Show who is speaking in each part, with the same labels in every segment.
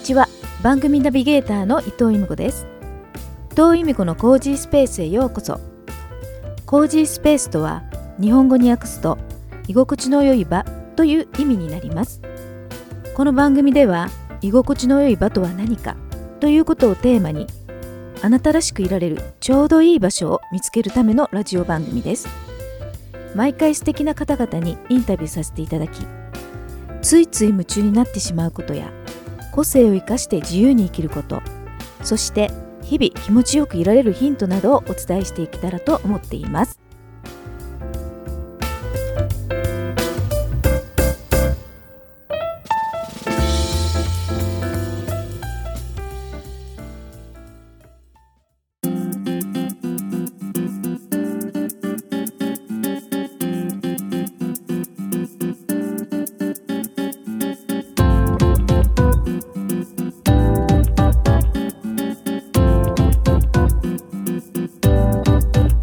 Speaker 1: ちは番組ナビゲーターの伊藤由美子です伊藤由美子のコージースペースへようこそコージースペースとは日本語に訳すと居心地の良い場という意味になりますこの番組では居心地の良い場とは何かということをテーマにあなたらしくいられるちょうどいい場所を見つけるためのラジオ番組です毎回素敵な方々にインタビューさせていただきついつい夢中になってしまうことや個性を生かして自由に生きることそして日々気持ちよくいられるヒントなどをお伝えしていけたらと思っています伊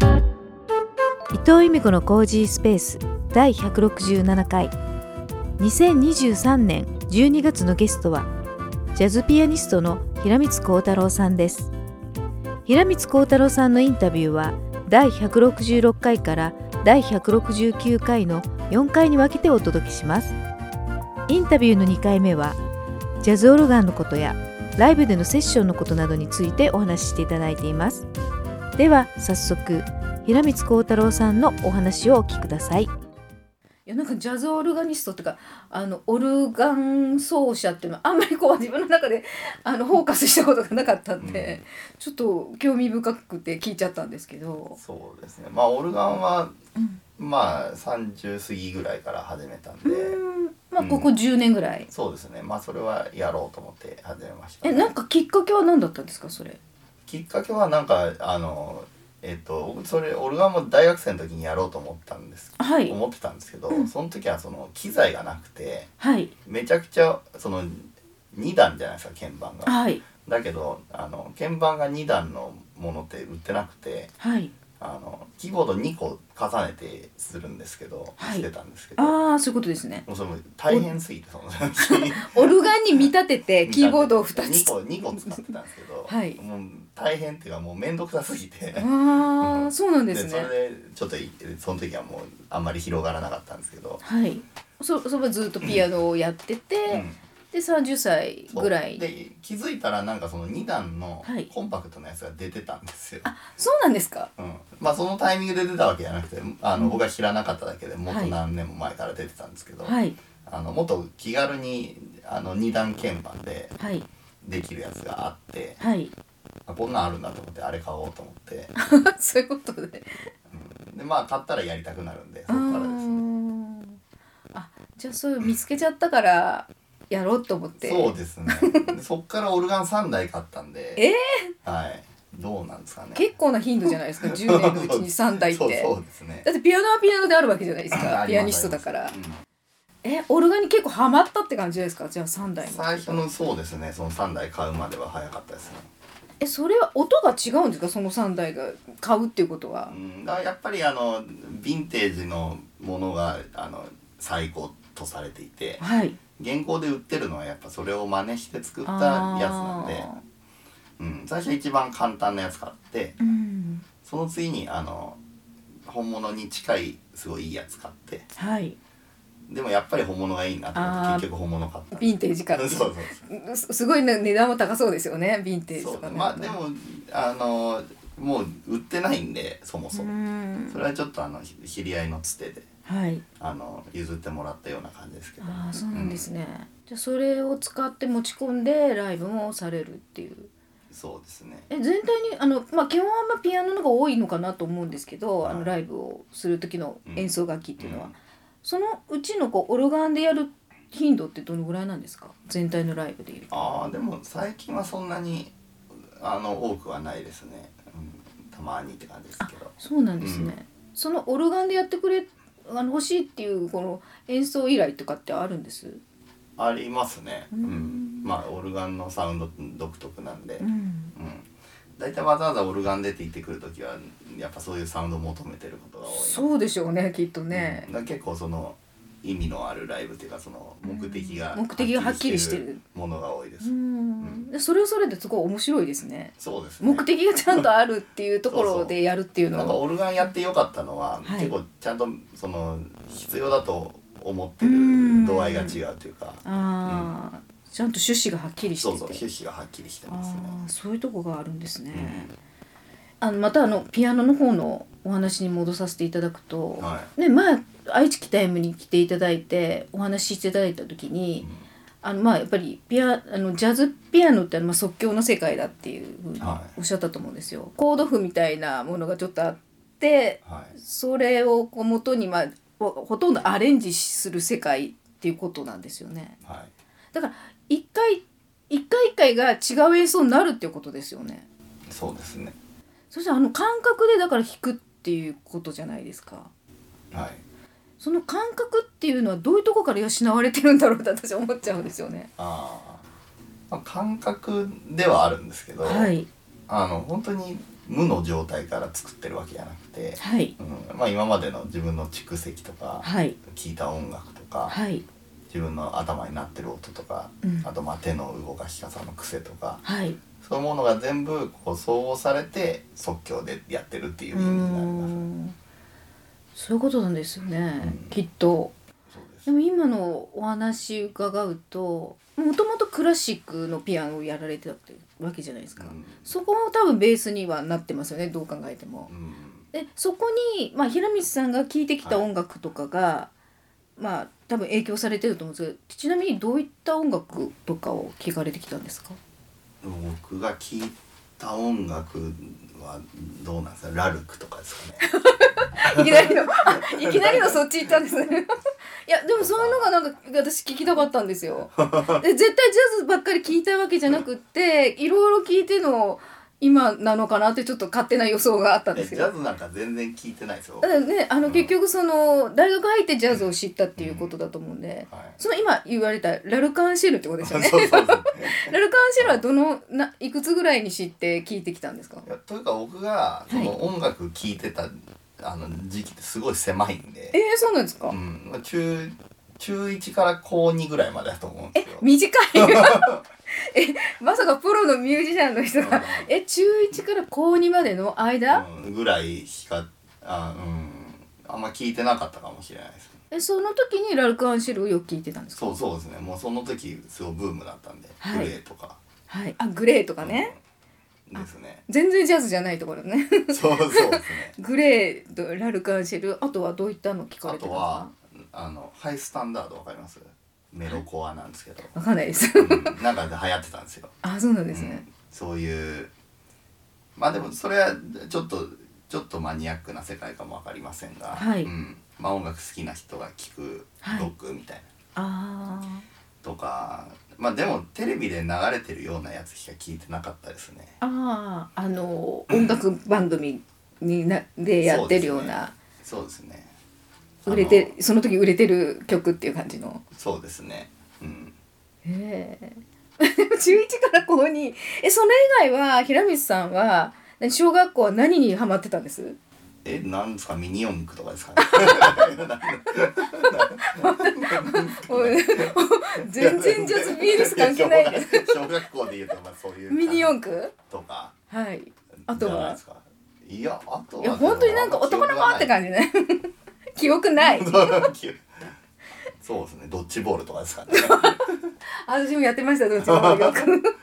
Speaker 1: 藤由美子のコージースペース第167回2023年12月のゲストはジャズピアニストの平光光太郎さんです平光光太郎さんのインタビューは第166回から第169回の4回に分けてお届けしますインタビューの2回目はジャズオルガンのことやライブでのセッションのことなどについてお話ししていただいていますでは早速平光光太郎さんのお話をお聞きください。
Speaker 2: いやなんかジャズオルガニストっていうかあのオルガン奏者っていうのはあんまりこう自分の中であのフォーカスしたことがなかったんで、ちょっと興味深くて聞いちゃったんですけど
Speaker 3: そうですねまあオルガンは、まあ30過ぎぐらいから始めたんで、
Speaker 2: うんまあここ10年ぐらい、
Speaker 3: そうですねまあそれはやろうと思って始めました、
Speaker 2: えなんかきっかけは何だったんですかそれ
Speaker 3: きっかけはなんかあのえっと僕それオルガンも大学生の時にやろうと思ったんです、
Speaker 2: はい
Speaker 3: 思ってたんですけど、その時はその機材がなくて
Speaker 2: はい
Speaker 3: めちゃくちゃその2段じゃないですか鍵盤が。
Speaker 2: はい
Speaker 3: だけどあの鍵盤が2段のものって売ってなくて
Speaker 2: はい
Speaker 3: あのキーボード2個重ねてするんですけど、
Speaker 2: はい
Speaker 3: してたんですけど
Speaker 2: ああそういうことですね
Speaker 3: もうそれも大変すぎてそのキ
Speaker 2: オルガンに見立ててキーボードを2 つ
Speaker 3: 個2個使ってたんですけど、
Speaker 2: はい
Speaker 3: もう大変っていうかもう面倒くさすぎて
Speaker 2: ああそうなんです
Speaker 3: そ
Speaker 2: ね
Speaker 3: れでちょっといその時はもうあんまり広がらなかったんですけど、
Speaker 2: はいそそれはずっとピアノをやってて、
Speaker 3: うん
Speaker 2: で30歳
Speaker 3: そう
Speaker 2: ぐらい
Speaker 3: で気づいたらなんかその2段の
Speaker 2: はい
Speaker 3: コンパクトなやつが出てたんですよ、
Speaker 2: あそうなんですか
Speaker 3: うん、まあそのタイミングで出たわけじゃなくてあの、僕は知らなかっただけでもっと何年も前から出てたんですけど、
Speaker 2: はい
Speaker 3: あのもっと気軽にあの2段鍵盤で
Speaker 2: はい
Speaker 3: できるやつがあって
Speaker 2: はい。
Speaker 3: あこんなんあるんだと思ってあれ買おうと思って
Speaker 2: そういうことで。
Speaker 3: でまあ買ったらやりたくなるんでそ
Speaker 2: あ
Speaker 3: こからですね
Speaker 2: ーあじゃあそういう見つけちゃったからやろうと思って。
Speaker 3: そうですね でそっからオルガン3台買ったんで
Speaker 2: え
Speaker 3: はいどうなんですかね
Speaker 2: 結構な頻度じゃないですか。10年のうちに3台って。
Speaker 3: そうそうですね
Speaker 2: だってピアノはピアノであるわけじゃないですか
Speaker 3: あり
Speaker 2: ピ
Speaker 3: ます
Speaker 2: アニストだから
Speaker 3: ありますうん
Speaker 2: えオルガンに結構ハマったって感じですかじゃあ3台も
Speaker 3: 最初のそうですねその3台買うまでは早かったですね
Speaker 2: えそれは音が違うんですかその3台が買うっていうことは
Speaker 3: う、んだからやっぱりあのヴィンテージのものがあの最高とされていて
Speaker 2: はい
Speaker 3: 現行で売ってるのはやっぱそれを真似して作ったやつなんで
Speaker 2: あ
Speaker 3: うん、最初一番簡単なやつ買って
Speaker 2: ーうん
Speaker 3: その次にあの本物に近いすごいいいやつ買って
Speaker 2: はい
Speaker 3: でもやっぱり本物がいいなと思って
Speaker 2: あー
Speaker 3: 結局本物買った
Speaker 2: ヴィンテージか ら
Speaker 3: そうそう
Speaker 2: すすごいね値段も高そうですよねヴィンテージ
Speaker 3: そう
Speaker 2: と
Speaker 3: そ
Speaker 2: か
Speaker 3: う
Speaker 2: ね
Speaker 3: まあでもあのもう売ってないんでそもそも、
Speaker 2: ん
Speaker 3: それはちょっとあのひ知り合いのつてで
Speaker 2: はい
Speaker 3: あの譲ってもらったような感じですけど
Speaker 2: ああそうなんですね、じゃあそれを使って持ち込んでライブもされるっていう
Speaker 3: そうですね
Speaker 2: え全体にあの、まあ、基本はあんまピアノの方が多いのかなと思うんですけど、
Speaker 3: は
Speaker 2: あの
Speaker 3: い
Speaker 2: ライブをする時の演奏楽器っていうのは、
Speaker 3: うん
Speaker 2: そのうちのこうオルガンでやる頻度ってどのぐらいなんですか全体のライブでいうと
Speaker 3: ああでも最近はそんなにあの多くはないですね、うん、たまにって感じですけど
Speaker 2: そうなんですね、そのオルガンでやってくれあの欲しいっていうこの演奏依頼とかってあるんです、
Speaker 3: ありますね、うん
Speaker 2: うん
Speaker 3: まあオルガンのサウンド独特なんで、うん
Speaker 2: ん、
Speaker 3: 大体わざわざオルガン出て行ってくる時はやっぱそういうサウンドを求めてることが多い
Speaker 2: そうでしょうねきっとね、
Speaker 3: うんだから結構その意味のあるライブっていうかその目的が
Speaker 2: 目的がはっきりしてる
Speaker 3: ものが多いです、
Speaker 2: うんそれはそれですごい面白いですね
Speaker 3: そうですね
Speaker 2: 目的がちゃんとあるっていうところでやるっていうの
Speaker 3: なんか
Speaker 2: は
Speaker 3: オルガンやってよかったのは、
Speaker 2: はい
Speaker 3: 結構ちゃんとその必要だと思ってる
Speaker 2: うん
Speaker 3: 度合いが違うというか、
Speaker 2: ああ、ちゃんと趣旨がはっきりして
Speaker 3: そう
Speaker 2: て
Speaker 3: そう趣旨がはっきりして
Speaker 2: あ
Speaker 3: ますね。
Speaker 2: あそういうとこがあるんですね、あのまたあのピアノの方のお話に戻させていただくと、
Speaker 3: は
Speaker 2: ね前愛知北 M に来ていただいてお話ししていただいた時に、あのまあやっぱりピアあのジャズピアノってあのまあ即興の世界だっていうふうに
Speaker 3: はい
Speaker 2: おっしゃったと思うんですよ。コード譜みたいなものがちょっとあって
Speaker 3: はい
Speaker 2: それをこう元にまあほほとんどアレンジする世界っていうことなんですよね。
Speaker 3: はい
Speaker 2: だから一回一回一回が違う演奏になるっていうことですよね。
Speaker 3: そうですね。
Speaker 2: そしてあの感覚でだから弾くっていうことじゃないですか。
Speaker 3: はい。
Speaker 2: その感覚っていうのはどういうとこから養われてるんだろうって私は思っちゃうんですよね。
Speaker 3: あーまあ感覚ではあるんですけど、
Speaker 2: はい
Speaker 3: あの本当に無の状態から作ってるわけじゃなくて、
Speaker 2: はい
Speaker 3: うん、まあ今までの自分の蓄積とか、
Speaker 2: はい
Speaker 3: 聞いた音楽とか、
Speaker 2: はい
Speaker 3: 自分の頭になってる音とか、
Speaker 2: うん
Speaker 3: あとまあ手の動かし方の癖とか、
Speaker 2: はい。
Speaker 3: そういうものが全部こう総合されて即興でやってるっていう
Speaker 2: う
Speaker 3: 意
Speaker 2: ー
Speaker 3: 味になります。
Speaker 2: んそういうことなんですよね、
Speaker 3: うん
Speaker 2: きっと。
Speaker 3: そうです
Speaker 2: でも今のお話伺うともともとクラシックのピアノをやられてたってわけじゃないですか、
Speaker 3: うん
Speaker 2: そこも多分ベースにはなってますよねどう考えても。
Speaker 3: うん
Speaker 2: でそこに、まあ、平光さんが聴いてきた
Speaker 3: はい
Speaker 2: 音楽とかが、まあ多分影響されてると思うんですけどちなみにどういった音楽とかを聴かれてきたんですか
Speaker 3: 僕が聞いた音楽はどうなんですかラルクとか ですかね
Speaker 2: いきな りの いきなりのそっち行ったんですねいやでもそういうのがなんか私聞きたかったんですよ で絶対ジャズばっかり聴いたわけじゃなくっていろいろ聴いての今なのかなってちょっと勝手な予想があったん
Speaker 3: え
Speaker 2: です
Speaker 3: ジ
Speaker 2: けど
Speaker 3: ャズなんか全然聞いてないですよ、
Speaker 2: だからねあの
Speaker 3: うん
Speaker 2: 結局その大学入ってジャズを知ったっていうことだと思うんで、
Speaker 3: はい
Speaker 2: その今言われたラルカンシェルってことです
Speaker 3: そ
Speaker 2: よ
Speaker 3: う
Speaker 2: ね
Speaker 3: そうそう
Speaker 2: ラルカンシェルはどのないくつぐらいに知って聞いてきたんですか
Speaker 3: いやというか僕がその音楽聴いてた、あの時期ってすごい狭いん
Speaker 2: えー
Speaker 3: で、、
Speaker 2: そうなんですか、
Speaker 3: うん、まあ中中1から高2ぐらいまでだと思うんで
Speaker 2: え
Speaker 3: すよ。
Speaker 2: 短い えまさかプロのミュージシャンの人がえ中1から高2までの間、
Speaker 3: うん、ぐらいしかあ,、うん、あんま聞いてなかったかもしれないです
Speaker 2: えその時にラルカンシェルをよく聞いてたんですか
Speaker 3: そうそうですねもうその時すごいブームだったんで、
Speaker 2: はい
Speaker 3: グレーとか、
Speaker 2: はいあグレーとかね、
Speaker 3: うんですね
Speaker 2: 全然ジャズじゃないところね
Speaker 3: そうそうですね
Speaker 2: グレーとラルカンシェルあとはどういったの聞か
Speaker 3: あ
Speaker 2: れてたんです
Speaker 3: と
Speaker 2: か
Speaker 3: はあのハイスタンダードわかりますメロコアなんですけど、
Speaker 2: わかんないです
Speaker 3: うん、なんかで流行ってたんですよ
Speaker 2: あそうなんですね、
Speaker 3: うんそういうまあでもそれはちょっとちょっとマニアックな世界かもわかりませんが、
Speaker 2: はい
Speaker 3: うんまあ、音楽好きな人が聴く
Speaker 2: はい
Speaker 3: ロックみたいな、
Speaker 2: あ
Speaker 3: とかまあでもテレビで流れてるようなやつしか聞いてなかったですね
Speaker 2: ああああの音楽番組になでやってるような
Speaker 3: そうですね
Speaker 2: 売れてその時売れてる曲っていう感じの
Speaker 3: あのそうですねうん
Speaker 2: へ えでも中1から高2えそれ以外は平光さんは何小学校は何にハマってたん です
Speaker 3: えなんですかミニ四駆とかですか
Speaker 2: おい 全然ジャズビールス関係ない
Speaker 3: 小学校で言うとまあそういう
Speaker 2: ミニ四駆
Speaker 3: とか
Speaker 2: はいあとは
Speaker 3: じゃないですかいやあとはい
Speaker 2: や本当になんか男の子って感じね 記憶ない
Speaker 3: じ そうですねドッジボールとかですか ね
Speaker 2: あ私もやってましたどっちも よく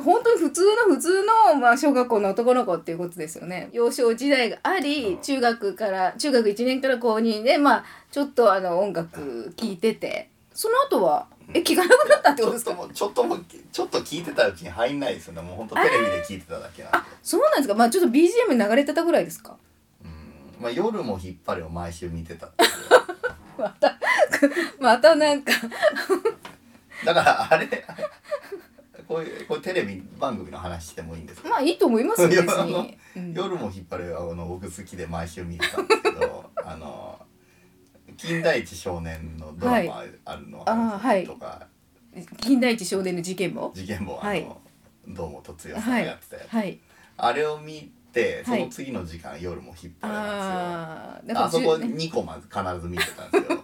Speaker 2: 本当に普通の普通の、まあ、小学校の男の子っていうことですよね幼少時代があり
Speaker 3: うん
Speaker 2: 中学から中学1年から高2で、まあ、ちょっとあの音楽聴いててその後はえ聞かなくなったって
Speaker 3: ち
Speaker 2: こ
Speaker 3: ょ
Speaker 2: とで
Speaker 3: っ
Speaker 2: す
Speaker 3: と
Speaker 2: か
Speaker 3: もうちょっともうちょっと聞いてたうちに入んないですよねもう本当テレビで聞いてただけなんで
Speaker 2: あそうなんですかまあちょっと BGM 流れてたぐらいですか
Speaker 3: うんまあ夜も引っ張りを毎週見てたっていう
Speaker 2: またまたなんか
Speaker 3: だからあれ こういうこうテレビ番組の話してもいいんですか、
Speaker 2: まあいいと思いますよ別
Speaker 3: いやあの
Speaker 2: に、うん
Speaker 3: 夜も引っ張るあの僕好きで毎週見てたんですけ どあの金田一少年のドラマあるの、
Speaker 2: あーはい
Speaker 3: とか
Speaker 2: 金田一少年の事件も
Speaker 3: 事件簿あの、
Speaker 2: はい
Speaker 3: どうもとつよさんがやってたやつ、
Speaker 2: はい
Speaker 3: あれを見ってそ
Speaker 2: はい
Speaker 3: の次の時間夜も引っ張れなん
Speaker 2: ああ
Speaker 3: で
Speaker 2: だ
Speaker 3: すよ、あそ
Speaker 2: じゅ
Speaker 3: こ
Speaker 2: ね
Speaker 3: 2個まず必ず見てたん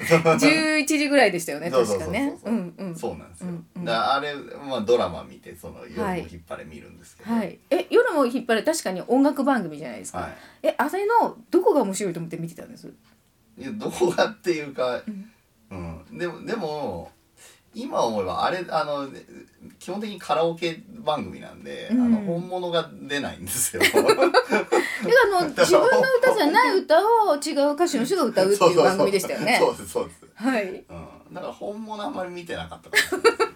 Speaker 3: ですよ
Speaker 2: 11時ぐらいでしたよね
Speaker 3: そうそうそうそう
Speaker 2: 確かねうんうん
Speaker 3: そうなんですよ、
Speaker 2: うんうん
Speaker 3: だからあれ、まあ、ドラマ見てその夜も
Speaker 2: はい
Speaker 3: 引っ張れ見るんですけど、
Speaker 2: はい、え夜も引っ張る確かに音楽番組じゃないですか、
Speaker 3: は
Speaker 2: えあれのどこが面白いと思って見てたんです
Speaker 3: い、いやどうやっていうか
Speaker 2: うん、
Speaker 3: うんでもでも今思えばあれあの基本的にカラオケ番組なんで、あの
Speaker 2: うん
Speaker 3: 本物が出ないんですよ。
Speaker 2: てかあの自分の歌じゃない歌を違う歌手の人が歌うっていう番組でしたよね
Speaker 3: そうそうそうそうですそうです。
Speaker 2: はい
Speaker 3: うん、だから本物あんまり見てなかった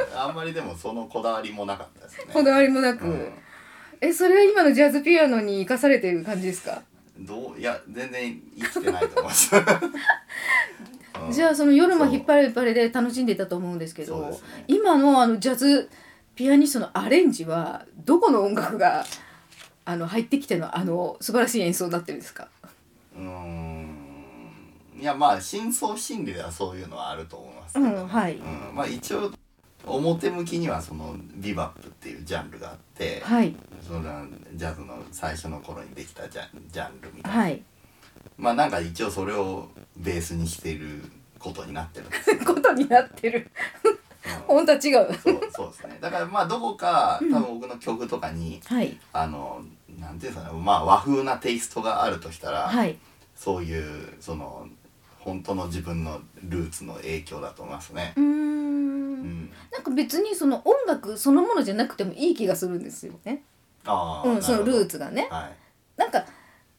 Speaker 3: かなあんまりでもそのこだわりもなかったですね。
Speaker 2: こだわりもなく、
Speaker 3: う
Speaker 2: えそれは今のジャズピアノに生かされてる感じですか、
Speaker 3: ん、どういや全然生きてないと思います。うん
Speaker 2: じゃあその夜も引っ張れ引っ張れで楽しんでいたと思うんですけ
Speaker 3: そう
Speaker 2: ど
Speaker 3: ですね
Speaker 2: 今のあのジャズピアニストのアレンジはどこの音楽があの入ってきてのあの素晴らしい演奏になってるんですか
Speaker 3: うーんいやまあ深層心理ではそういうのはあると思いますけど、
Speaker 2: うんはい
Speaker 3: うんまあ一応表向きにはそのビバップっていうジャンルがあって、
Speaker 2: はい
Speaker 3: そのジャズの最初の頃にできたジャンジャンルみたいな、
Speaker 2: はい、
Speaker 3: まあなんか一応それをベースにしていることになってるんですよ
Speaker 2: ことになってる
Speaker 3: うん
Speaker 2: 本当は違う
Speaker 3: そうそうですねだからまあどこか多分僕の曲とかに、
Speaker 1: はい
Speaker 3: あのなんていうんですかねまあ和風なテイストがあるとしたら、
Speaker 1: はい
Speaker 3: そういうその本当の自分のルーツの影響だと思いますね
Speaker 2: う。ー
Speaker 3: うんん、
Speaker 2: なんか別にその音楽そのものじゃなくてもいい気がするんですよね。
Speaker 3: ああ、
Speaker 2: うん、そのルーツ
Speaker 3: が
Speaker 2: がね。
Speaker 3: はい。
Speaker 2: なんか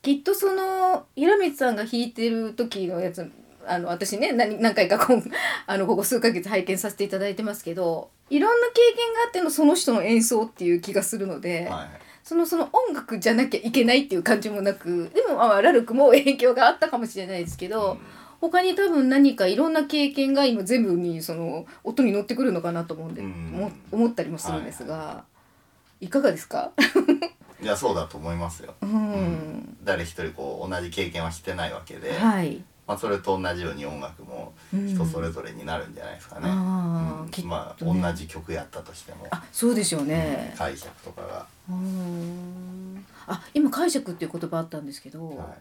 Speaker 2: きっとその平光さんが弾いてる時のやつあの私ね何何回かこう あのここ数ヶ月拝見させていただいてますけどいろんな経験があってのその人の演奏っていう気がするので、
Speaker 3: はい、
Speaker 2: そのその音楽じゃなきゃいけないっていう感じもなくでもまあラルクも影響があったかもしれないですけど。他に多分何かいろんな経験が今全部にその音に乗ってくるのかなと思うんで、
Speaker 3: うん
Speaker 2: も思ったりもするんですが、い、かがですか、
Speaker 3: うんいやそうだと思いますよ。
Speaker 2: うん
Speaker 3: ん誰一人こう同じ経験はしてないわけで、
Speaker 2: はい、
Speaker 3: まあそれと同じように音楽も
Speaker 2: うん
Speaker 3: 人それぞれになるんじゃないですかね。
Speaker 2: あー
Speaker 3: うん
Speaker 2: きっとね
Speaker 3: まあ同じ曲やったとしても、
Speaker 2: あそうでしょうね、
Speaker 3: 解釈とかが、
Speaker 2: うんあ今解釈っていう言葉あったんですけど、
Speaker 3: は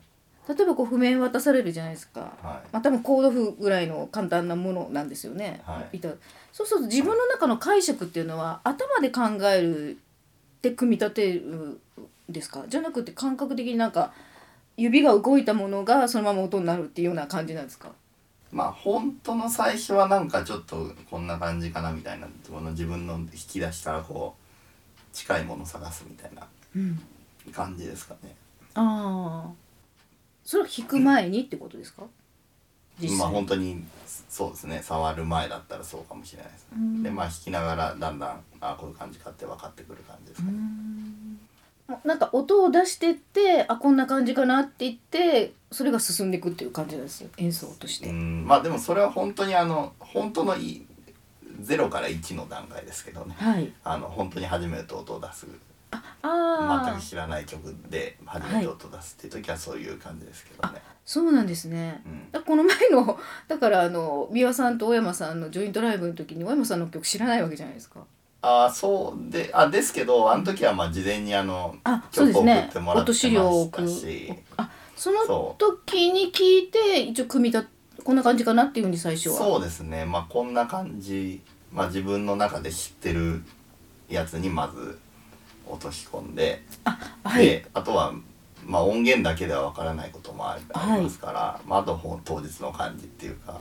Speaker 2: 例えばこう譜面渡されるじゃないですか、
Speaker 3: いはい。
Speaker 2: まあ、多分コード譜ぐらいの簡単なものなんですよね、
Speaker 3: はい
Speaker 2: たそうすると自分の中の解釈っていうのは頭で考えるって組み立てるんですかじゃなくて感覚的になんか指が動いたものがそのまま音になるっていうような感じなんですか
Speaker 3: まあ本当の最初はなんかちょっとこんな感じかなみたいなこの自分の引き出しからこう近いもの探すみたいな感じですかね。
Speaker 2: ああそれを弾く前にってことですか、
Speaker 3: まあ本当にそうですね触る前だったらそうかもしれないですね。でまあ弾きながらだんだんあこういう感じかって分かってくる感じですかね。
Speaker 2: なんか音を出してってあこんな感じかなって言ってそれが進んでいくっていう感じなんですよ演奏とし
Speaker 3: う
Speaker 2: て。
Speaker 3: んまあでもそれは本当にあの本当のい0から1の段階ですけどね
Speaker 2: はい、
Speaker 3: あの本当に初めて音を出す
Speaker 2: あ
Speaker 3: 全
Speaker 2: あ
Speaker 3: く知らない曲で初めて音を出すっていう時はそういう感じですけどね。
Speaker 2: そうなんですね。
Speaker 3: うん
Speaker 2: だこの前のだからあの三輪さんと大山さんのジョイントライブの時に大山さんの曲知らないわけじゃないですか。
Speaker 3: あーそうであですけどあの時はまあ事前にあの
Speaker 2: あそう
Speaker 3: 曲を
Speaker 2: です
Speaker 3: 送
Speaker 2: ね
Speaker 3: ってもらって
Speaker 2: 音
Speaker 3: ま
Speaker 2: 資料を
Speaker 3: し
Speaker 2: 送
Speaker 3: たし
Speaker 2: あその
Speaker 3: そ
Speaker 2: 時に聞いて一応組み立てこんな感じかなっていうふうに最初は。
Speaker 3: そうですねまあこんな感じ、まあ、自分の中で知ってるやつにまず落とし込んで、
Speaker 2: はい。
Speaker 3: であとは、まあ、音源だけではわからないこともあり
Speaker 2: はい
Speaker 3: ありますから、まあ、あとほん当日の感じっていうか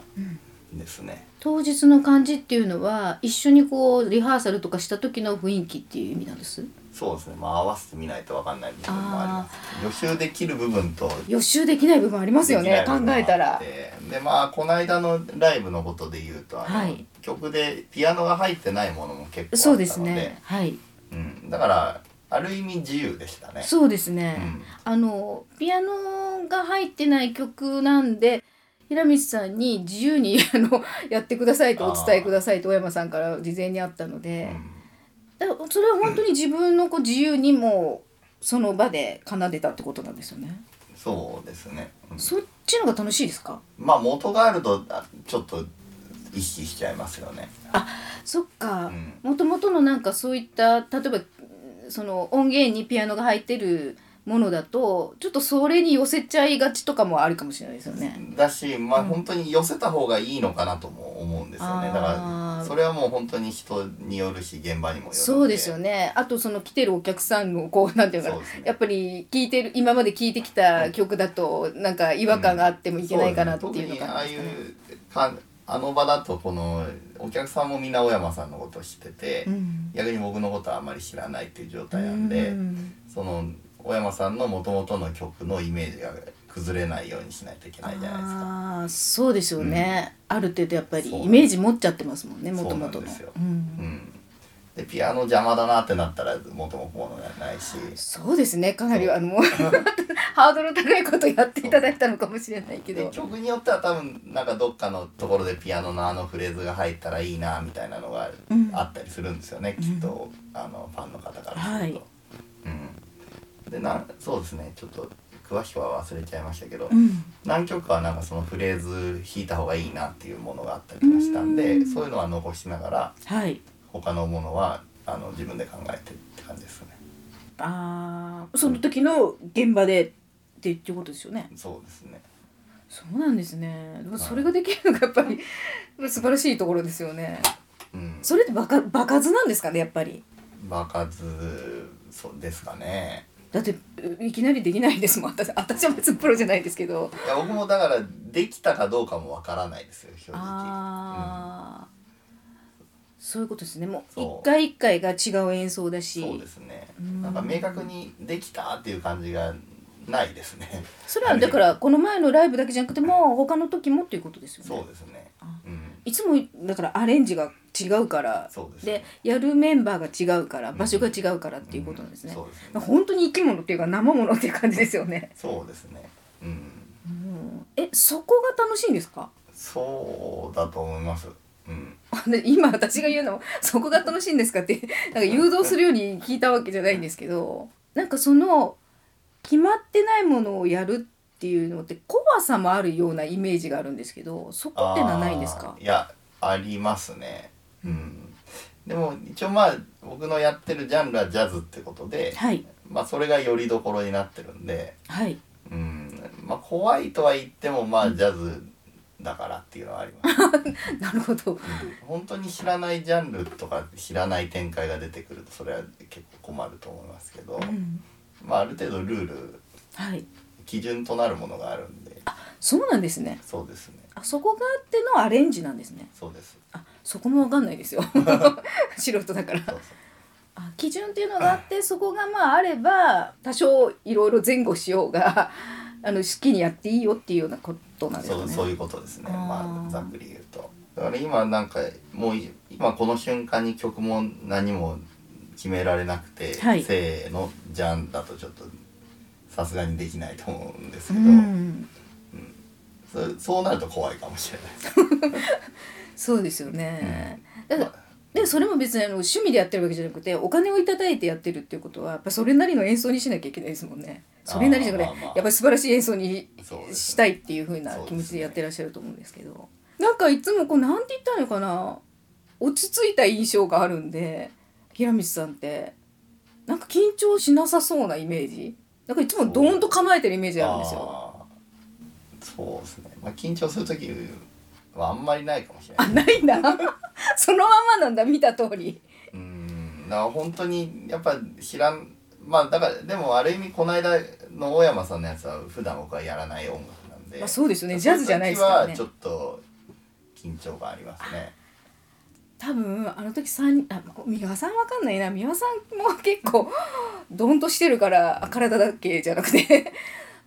Speaker 3: ですね。
Speaker 2: 当日の感じっていうのは一緒にこうリハーサルとかした時の雰囲気っていう意味なんです。
Speaker 3: そうですね、まあ、合わせてみないとわかんない部分もあります予習できる部分と
Speaker 2: 予習できない部分ありますよね
Speaker 3: でき
Speaker 2: 考
Speaker 3: ない部分もあっ
Speaker 2: え
Speaker 3: て
Speaker 2: たら。
Speaker 3: でまあこの間のライブのことで言うとあの、
Speaker 1: はい
Speaker 3: 曲でピアノが入ってないものも結構あったので
Speaker 1: そうですねはい
Speaker 3: うん、だからある意味自由でしたね。
Speaker 2: そうですね。
Speaker 3: うん
Speaker 2: あのピアノが入ってない曲なんで平光さんに自由に あのやってくださいとお伝えくださいと大山さんから事前にあったの
Speaker 3: う
Speaker 2: で、
Speaker 3: ん
Speaker 2: だからそれは本当に自分のこう自由にもうその場で奏でたってことなんですよね。
Speaker 3: そうですね、うん
Speaker 2: そっちの方が楽しいですか
Speaker 3: まあ元があるとあちょっと意識しちゃいますよね。
Speaker 2: そっか
Speaker 3: うん
Speaker 2: もともとのなんかそういった例えばその音源にピアノが入ってるものだとちょっとそれに寄せちゃいがちとかもあるかもしれないですよね。
Speaker 3: だしまあ
Speaker 2: うん
Speaker 3: 本当に寄せた方がいいのかなとも思うんですよねだか
Speaker 2: あー
Speaker 3: らそれはもう本当に人によるし現場にもよるん
Speaker 2: そうですよね。あとその来てるお客さんのこうなんていうのか
Speaker 3: そうです
Speaker 2: な、
Speaker 3: ね
Speaker 2: やっぱり聞いてる今まで聞いてきた曲だとなんか違和感があってもいけないかなっていうのが
Speaker 3: そうですね特にああいうかあの場だとこのお客さんもみんな小山さんのことを知ってて、
Speaker 2: うん
Speaker 3: 逆に僕のことはあまり知らないっていう状態なんで、
Speaker 2: うん
Speaker 3: その小山さんのもともとの曲のイメージが崩れないようにしないといけないじゃないですか。
Speaker 2: ああそうですよね、ある程度やっぱり
Speaker 3: そう
Speaker 2: イメージ持っちゃってますもんねもとも
Speaker 3: そ
Speaker 2: と
Speaker 3: う
Speaker 2: の
Speaker 3: なんですよ
Speaker 2: うん
Speaker 3: うん、でピアノ邪魔だなってなったら元も子もないし
Speaker 2: そうですねかなり
Speaker 3: そう
Speaker 2: あのもう ハードル高いことやっていただいたのかもしれないけ
Speaker 3: で
Speaker 2: ど
Speaker 3: 曲によっては多分なんかどっかのところでピアノのあのフレーズが入ったらいいなみたいなのが
Speaker 2: うん
Speaker 3: あったりするんですよね、きっとあのファンの方からす
Speaker 2: は
Speaker 3: る
Speaker 2: い
Speaker 3: と。うん、でなそうですねちょっと詳しくは忘れちゃいましたけど、
Speaker 2: うん
Speaker 3: 何曲かはなんかそのフレーズ弾いた方がいいなっていうものがあったりもしたんでそういうのは残しながら
Speaker 2: はい
Speaker 3: 他のものはあの自分で考えてって感じですね。
Speaker 2: ああその時の現場でってっていうことですよね
Speaker 3: そうですね
Speaker 2: そうなんですねでもそれができるのがやっぱり素晴らしいところですよね
Speaker 3: うん、
Speaker 2: それってバカ場数なんですかねやっぱり
Speaker 3: バカずそうですかね
Speaker 2: だっていきなりできないですもん私私は別にプロじゃないですけど
Speaker 3: いや僕もだからできたかどうかもわからないですよ正直
Speaker 2: ああ、そういうことですねもう
Speaker 3: そう
Speaker 2: 一回一回が違う演奏だし
Speaker 3: そうですね
Speaker 2: ん
Speaker 3: なんか明確にできたっていう感じがないですね
Speaker 2: それはだからこの前のライブだけじゃなくても他の時もっていうことですよね
Speaker 3: そうですねうん
Speaker 2: いつもだからアレンジが違うから
Speaker 3: そうです
Speaker 2: で
Speaker 3: ね
Speaker 2: やるメンバーが違うから場所が違うからっていうことなんですね、
Speaker 3: うんそうですね
Speaker 2: 本当に生き物っていうか生物っていう感じですよね、
Speaker 3: そうですねうん
Speaker 2: うん、えそこが楽しいんですか
Speaker 3: そうだと思いますうん
Speaker 2: で今私が言うのも 「そこが楽しいんですか?」ってなんか誘導するように聞いたわけじゃないんですけどなんかその決まってないものをやるっていうのって怖さもあるようなイメージがあるんですけどそこっていうのはないんですか
Speaker 3: あーいやありますねうんでも一応まあ僕のやってるジャンルはジャズってことで、
Speaker 2: はい
Speaker 3: まあそれがよりどころになってるんで
Speaker 2: はい
Speaker 3: うんまあ怖いとは言ってもまあジャズだからっていうのはあり ます、
Speaker 2: なるほど
Speaker 3: うん本当に知らないジャンルとか知らない展開が出てくるとそれは結構困ると思いますけど、
Speaker 2: うん
Speaker 3: まあある程度ルール
Speaker 2: はい
Speaker 3: 基準となるものがあるんで
Speaker 2: そうなんですね
Speaker 3: そうですね
Speaker 2: あそこがあってのアレンジなんですね
Speaker 3: そうです
Speaker 2: あそこもわかんないです よ素人だから
Speaker 3: そうそう
Speaker 2: あ基準っていうのがあってそこがまああれば多少いろいろ前後しようが あの好きにやっていいよっていうようなことなんです
Speaker 3: そ
Speaker 2: か
Speaker 3: う
Speaker 2: ね。
Speaker 3: そういうことですね
Speaker 2: あー
Speaker 3: まあざっくり言うとだから今なんかもうい今この瞬間に曲も何も決められなくて、
Speaker 2: はい
Speaker 3: せーのじゃんだとちょっとさすがにできないと思うんです
Speaker 2: う
Speaker 3: けど、
Speaker 2: ん、
Speaker 3: そそうなると怖いかもしれないです
Speaker 2: そうですよね。だから
Speaker 3: まあ
Speaker 2: でそれも別にあの趣味でやってるわけじゃなくてお金をいただいてやってるっていうことはやっぱそれなりの演奏にしなきゃいけないですもんね。それなりじゃなくて、
Speaker 3: あーまあまあ
Speaker 2: やっぱり素晴らしい演奏に
Speaker 3: そうですね
Speaker 2: したいっていう風な気持ちでやってらっしゃると思うんですけど、なんかいつもこうなんて言ったらいいのかな落ち着いた印象があるんで平光さんってなんか緊張しなさそうなイメージなんかいつもドーンと構えてるイメージあるんですよ。
Speaker 3: あーそうですね、まあ、緊張する時はあんまりないかもしれな
Speaker 2: あ
Speaker 3: い
Speaker 2: ないな そのまんまなんだ見た通り。
Speaker 3: うんだから本当にやっぱ知らんまあだからでもある意味この間の大山さんのやつは普段僕はやらない音楽なんで、
Speaker 2: まあそうですよねジャズじゃないですからね
Speaker 3: そういう時はちょっと緊張がありますね
Speaker 2: 多分あの時三あ美輪さんわかんないな美輪さんも結構ドンとしてるからあ体だけじゃなくて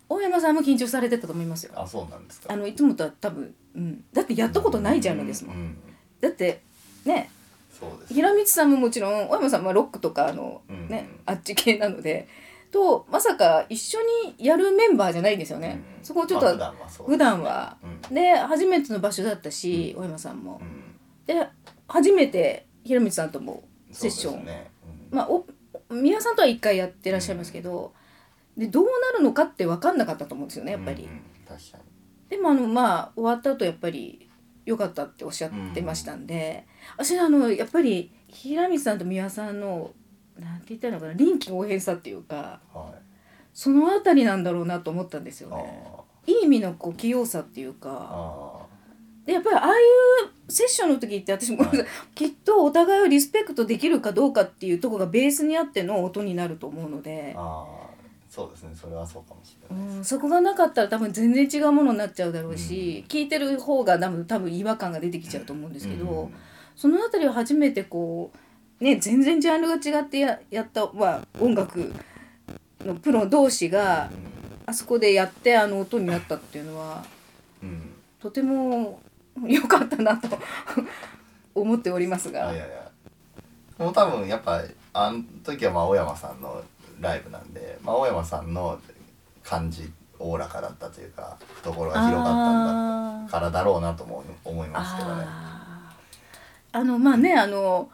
Speaker 2: 大山さんも緊張されてたと思いますよ
Speaker 3: あそうなんですか
Speaker 2: あのいつもとは多分、うん、だってやったことないジャンルですもん、
Speaker 3: ううん
Speaker 2: だってね
Speaker 3: そうです
Speaker 2: 平光さんももちろん大山さんはロックとかあの、
Speaker 3: うん
Speaker 2: ねあっち系なのでとまさか一緒にやるメンバーじゃないんですよね、
Speaker 3: うん
Speaker 2: そこをちょっ
Speaker 3: まあ
Speaker 2: と
Speaker 3: 普段はそう
Speaker 2: 普段は
Speaker 3: うん
Speaker 2: で初めての場所だったし、大山さんも
Speaker 3: う、ん
Speaker 2: で初めて平光さんともセッショ
Speaker 3: そう
Speaker 2: ン、
Speaker 3: ですねうん
Speaker 2: まあお宮さんとは一回やってらっしゃいますけど、でどうなるのかって分かんなかったと思うんですよねやっぱり、
Speaker 3: うんうん確かに
Speaker 2: でもあのまあ終わった後やっぱり良かったっておっしゃってましたんで、私あのやっぱり平光さんと宮さんのなんて言ったらいいのかな臨機応変さっていうか
Speaker 3: はい
Speaker 2: そのあたりなんだろうなと思ったんですよ
Speaker 3: あ
Speaker 2: ね。
Speaker 3: ー
Speaker 2: いい意味のこう器用さっていうか
Speaker 3: あ
Speaker 2: でやっぱりああいうセッションの時って私も、
Speaker 3: はい
Speaker 2: きっとお互いをリスペクトできるかどうかっていうところがベースにあっての音になると思うので
Speaker 3: ー、あーそうですねそれはそうかもし
Speaker 2: う
Speaker 3: れないです、
Speaker 2: ん、そこがなかったら多分全然違うものになっちゃうだろうし、聞いてる方が多分多分違和感が出てきちゃうと思うんですけど、
Speaker 3: うん
Speaker 2: そのあたりを初めてこう、ね、全然ジャンルが違ってややった、まあ、音楽のプロ同士があそこでやってあの音になったっていうのは
Speaker 3: うん
Speaker 2: とても良かったなと思っております
Speaker 3: い
Speaker 2: が
Speaker 3: やい。やいやもう多分やっぱあの時はまあ青山さんのライブなんで、まあ、青山さんの感じおおらかだったというか懐が広がったんだからだろうなとも思いますけどね
Speaker 2: あーあのまあねあの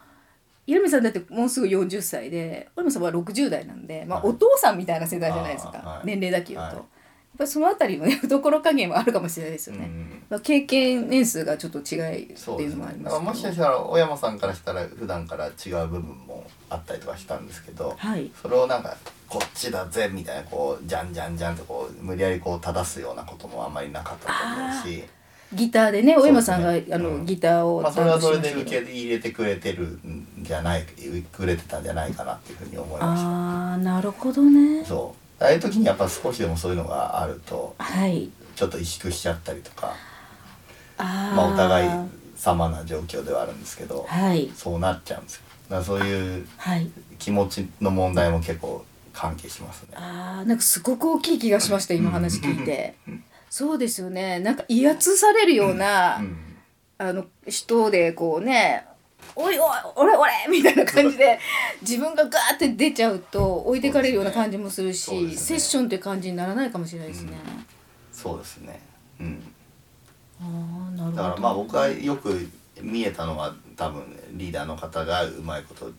Speaker 2: イルミさんだってもうすぐ40歳でオルマさんは60代なんで、まあ、
Speaker 3: はい
Speaker 2: お父さんみたいな世代じゃないですか、
Speaker 3: あーはい
Speaker 2: 年齢だけ言うと、
Speaker 3: はい
Speaker 2: やっぱりそのあたりのね 懐加減はあるかもしれないですよね、
Speaker 3: うん
Speaker 2: まあ、経験年数がちょっと違いって
Speaker 3: そうで
Speaker 2: いう
Speaker 3: す
Speaker 2: のも
Speaker 3: ね
Speaker 2: あり
Speaker 3: だか
Speaker 2: ま
Speaker 3: ら
Speaker 2: す
Speaker 3: もしか
Speaker 2: けど
Speaker 3: したら青山さんからしたら普段から違う部分もあったりとかしたんですけど
Speaker 2: はい
Speaker 3: それをなんかこっちだぜみたいなこうじゃんじゃんじゃんとこう無理やりこう正すようなこともあんまりなかったと思うし
Speaker 2: ギターでね
Speaker 3: そう
Speaker 2: オ
Speaker 3: ですね
Speaker 2: 山さんが、あ
Speaker 3: う
Speaker 2: の
Speaker 3: ん
Speaker 2: ギターを
Speaker 3: まあ、それはそれで
Speaker 2: 担当しま
Speaker 3: 受
Speaker 2: したけど
Speaker 3: け入れてくれてるんじゃないくれてたんじゃないかなっていうふうに思いまし
Speaker 2: ああなるほどね
Speaker 3: たそうああいう時にやっぱ少しでもそういうのがあると
Speaker 2: はい
Speaker 3: ちょっと萎縮しちゃったりとか
Speaker 2: あー
Speaker 3: まあお互い様な状況ではあるんですけど
Speaker 2: はい
Speaker 3: そうなっちゃうんですよだからそういう
Speaker 2: はい
Speaker 3: 気持ちの問題も結構関係しますね
Speaker 2: あーなんかすごく大きい気がしました今話聞いて。そうですよねなんか威圧されるような、
Speaker 3: うん
Speaker 2: あの人でこうね「おいおい俺俺」みたいな感じで自分がガーって出ちゃうと置いてかれるような感じもするし
Speaker 3: そうですね
Speaker 2: セッションって感じにならないかもしれないですね。
Speaker 3: そうですねうん
Speaker 2: あーなるほど
Speaker 3: だからまあ僕はよく見えたのは多分リーダーの方がうまいこと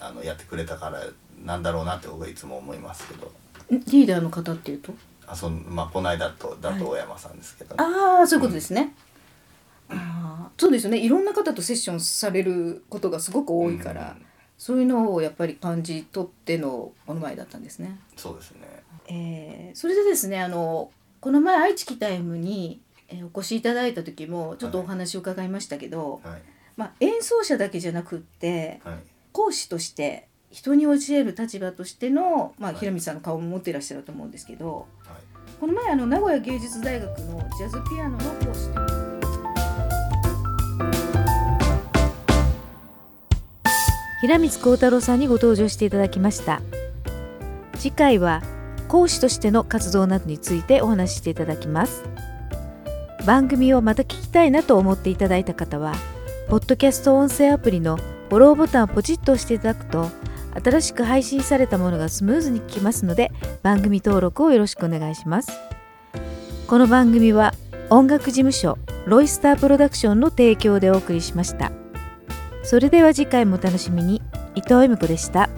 Speaker 3: あのやってくれたからなんだろうなって僕はいつも思いますけど
Speaker 2: リーダーの方っていうと
Speaker 3: あそのまあこの間とだと
Speaker 2: はい
Speaker 3: 大山さんですけど、
Speaker 2: ああそういうことですね。あーそうですよねいろんな方とセッションされることがすごく多いから、
Speaker 3: うん
Speaker 2: そういうのをやっぱり感じ取ってのこの前だったんですね。
Speaker 3: そうですね
Speaker 2: えーそれでですねあのこの前愛知キタイムに、えーお越しいただいた時もちょっとお話を伺いましたけど、
Speaker 3: はい
Speaker 2: まあ、演奏者だけじゃなくって
Speaker 3: はい
Speaker 2: 講師として人に教える立場としての、まあ、
Speaker 3: はい
Speaker 2: ひろみさんの顔も持っていらっしゃると思うんですけど。
Speaker 3: はい
Speaker 2: この前あの名古屋芸術大学のジャズピアノの講師で
Speaker 1: 平光幸太郎さんにご登場していただきました次回は講師としての活動などについてお話ししていただきます番組をまた聞きたいなと思っていただいた方はポッドキャスト音声アプリのフォローボタンをポチッと押していただくと新しく配信されたものがスムーズに聞きますので番組登録をよろしくお願いしますこの番組は音楽事務所ロイスタープロダクションの提供でお送りしましたそれでは次回もお楽しみに伊藤恵美子でした。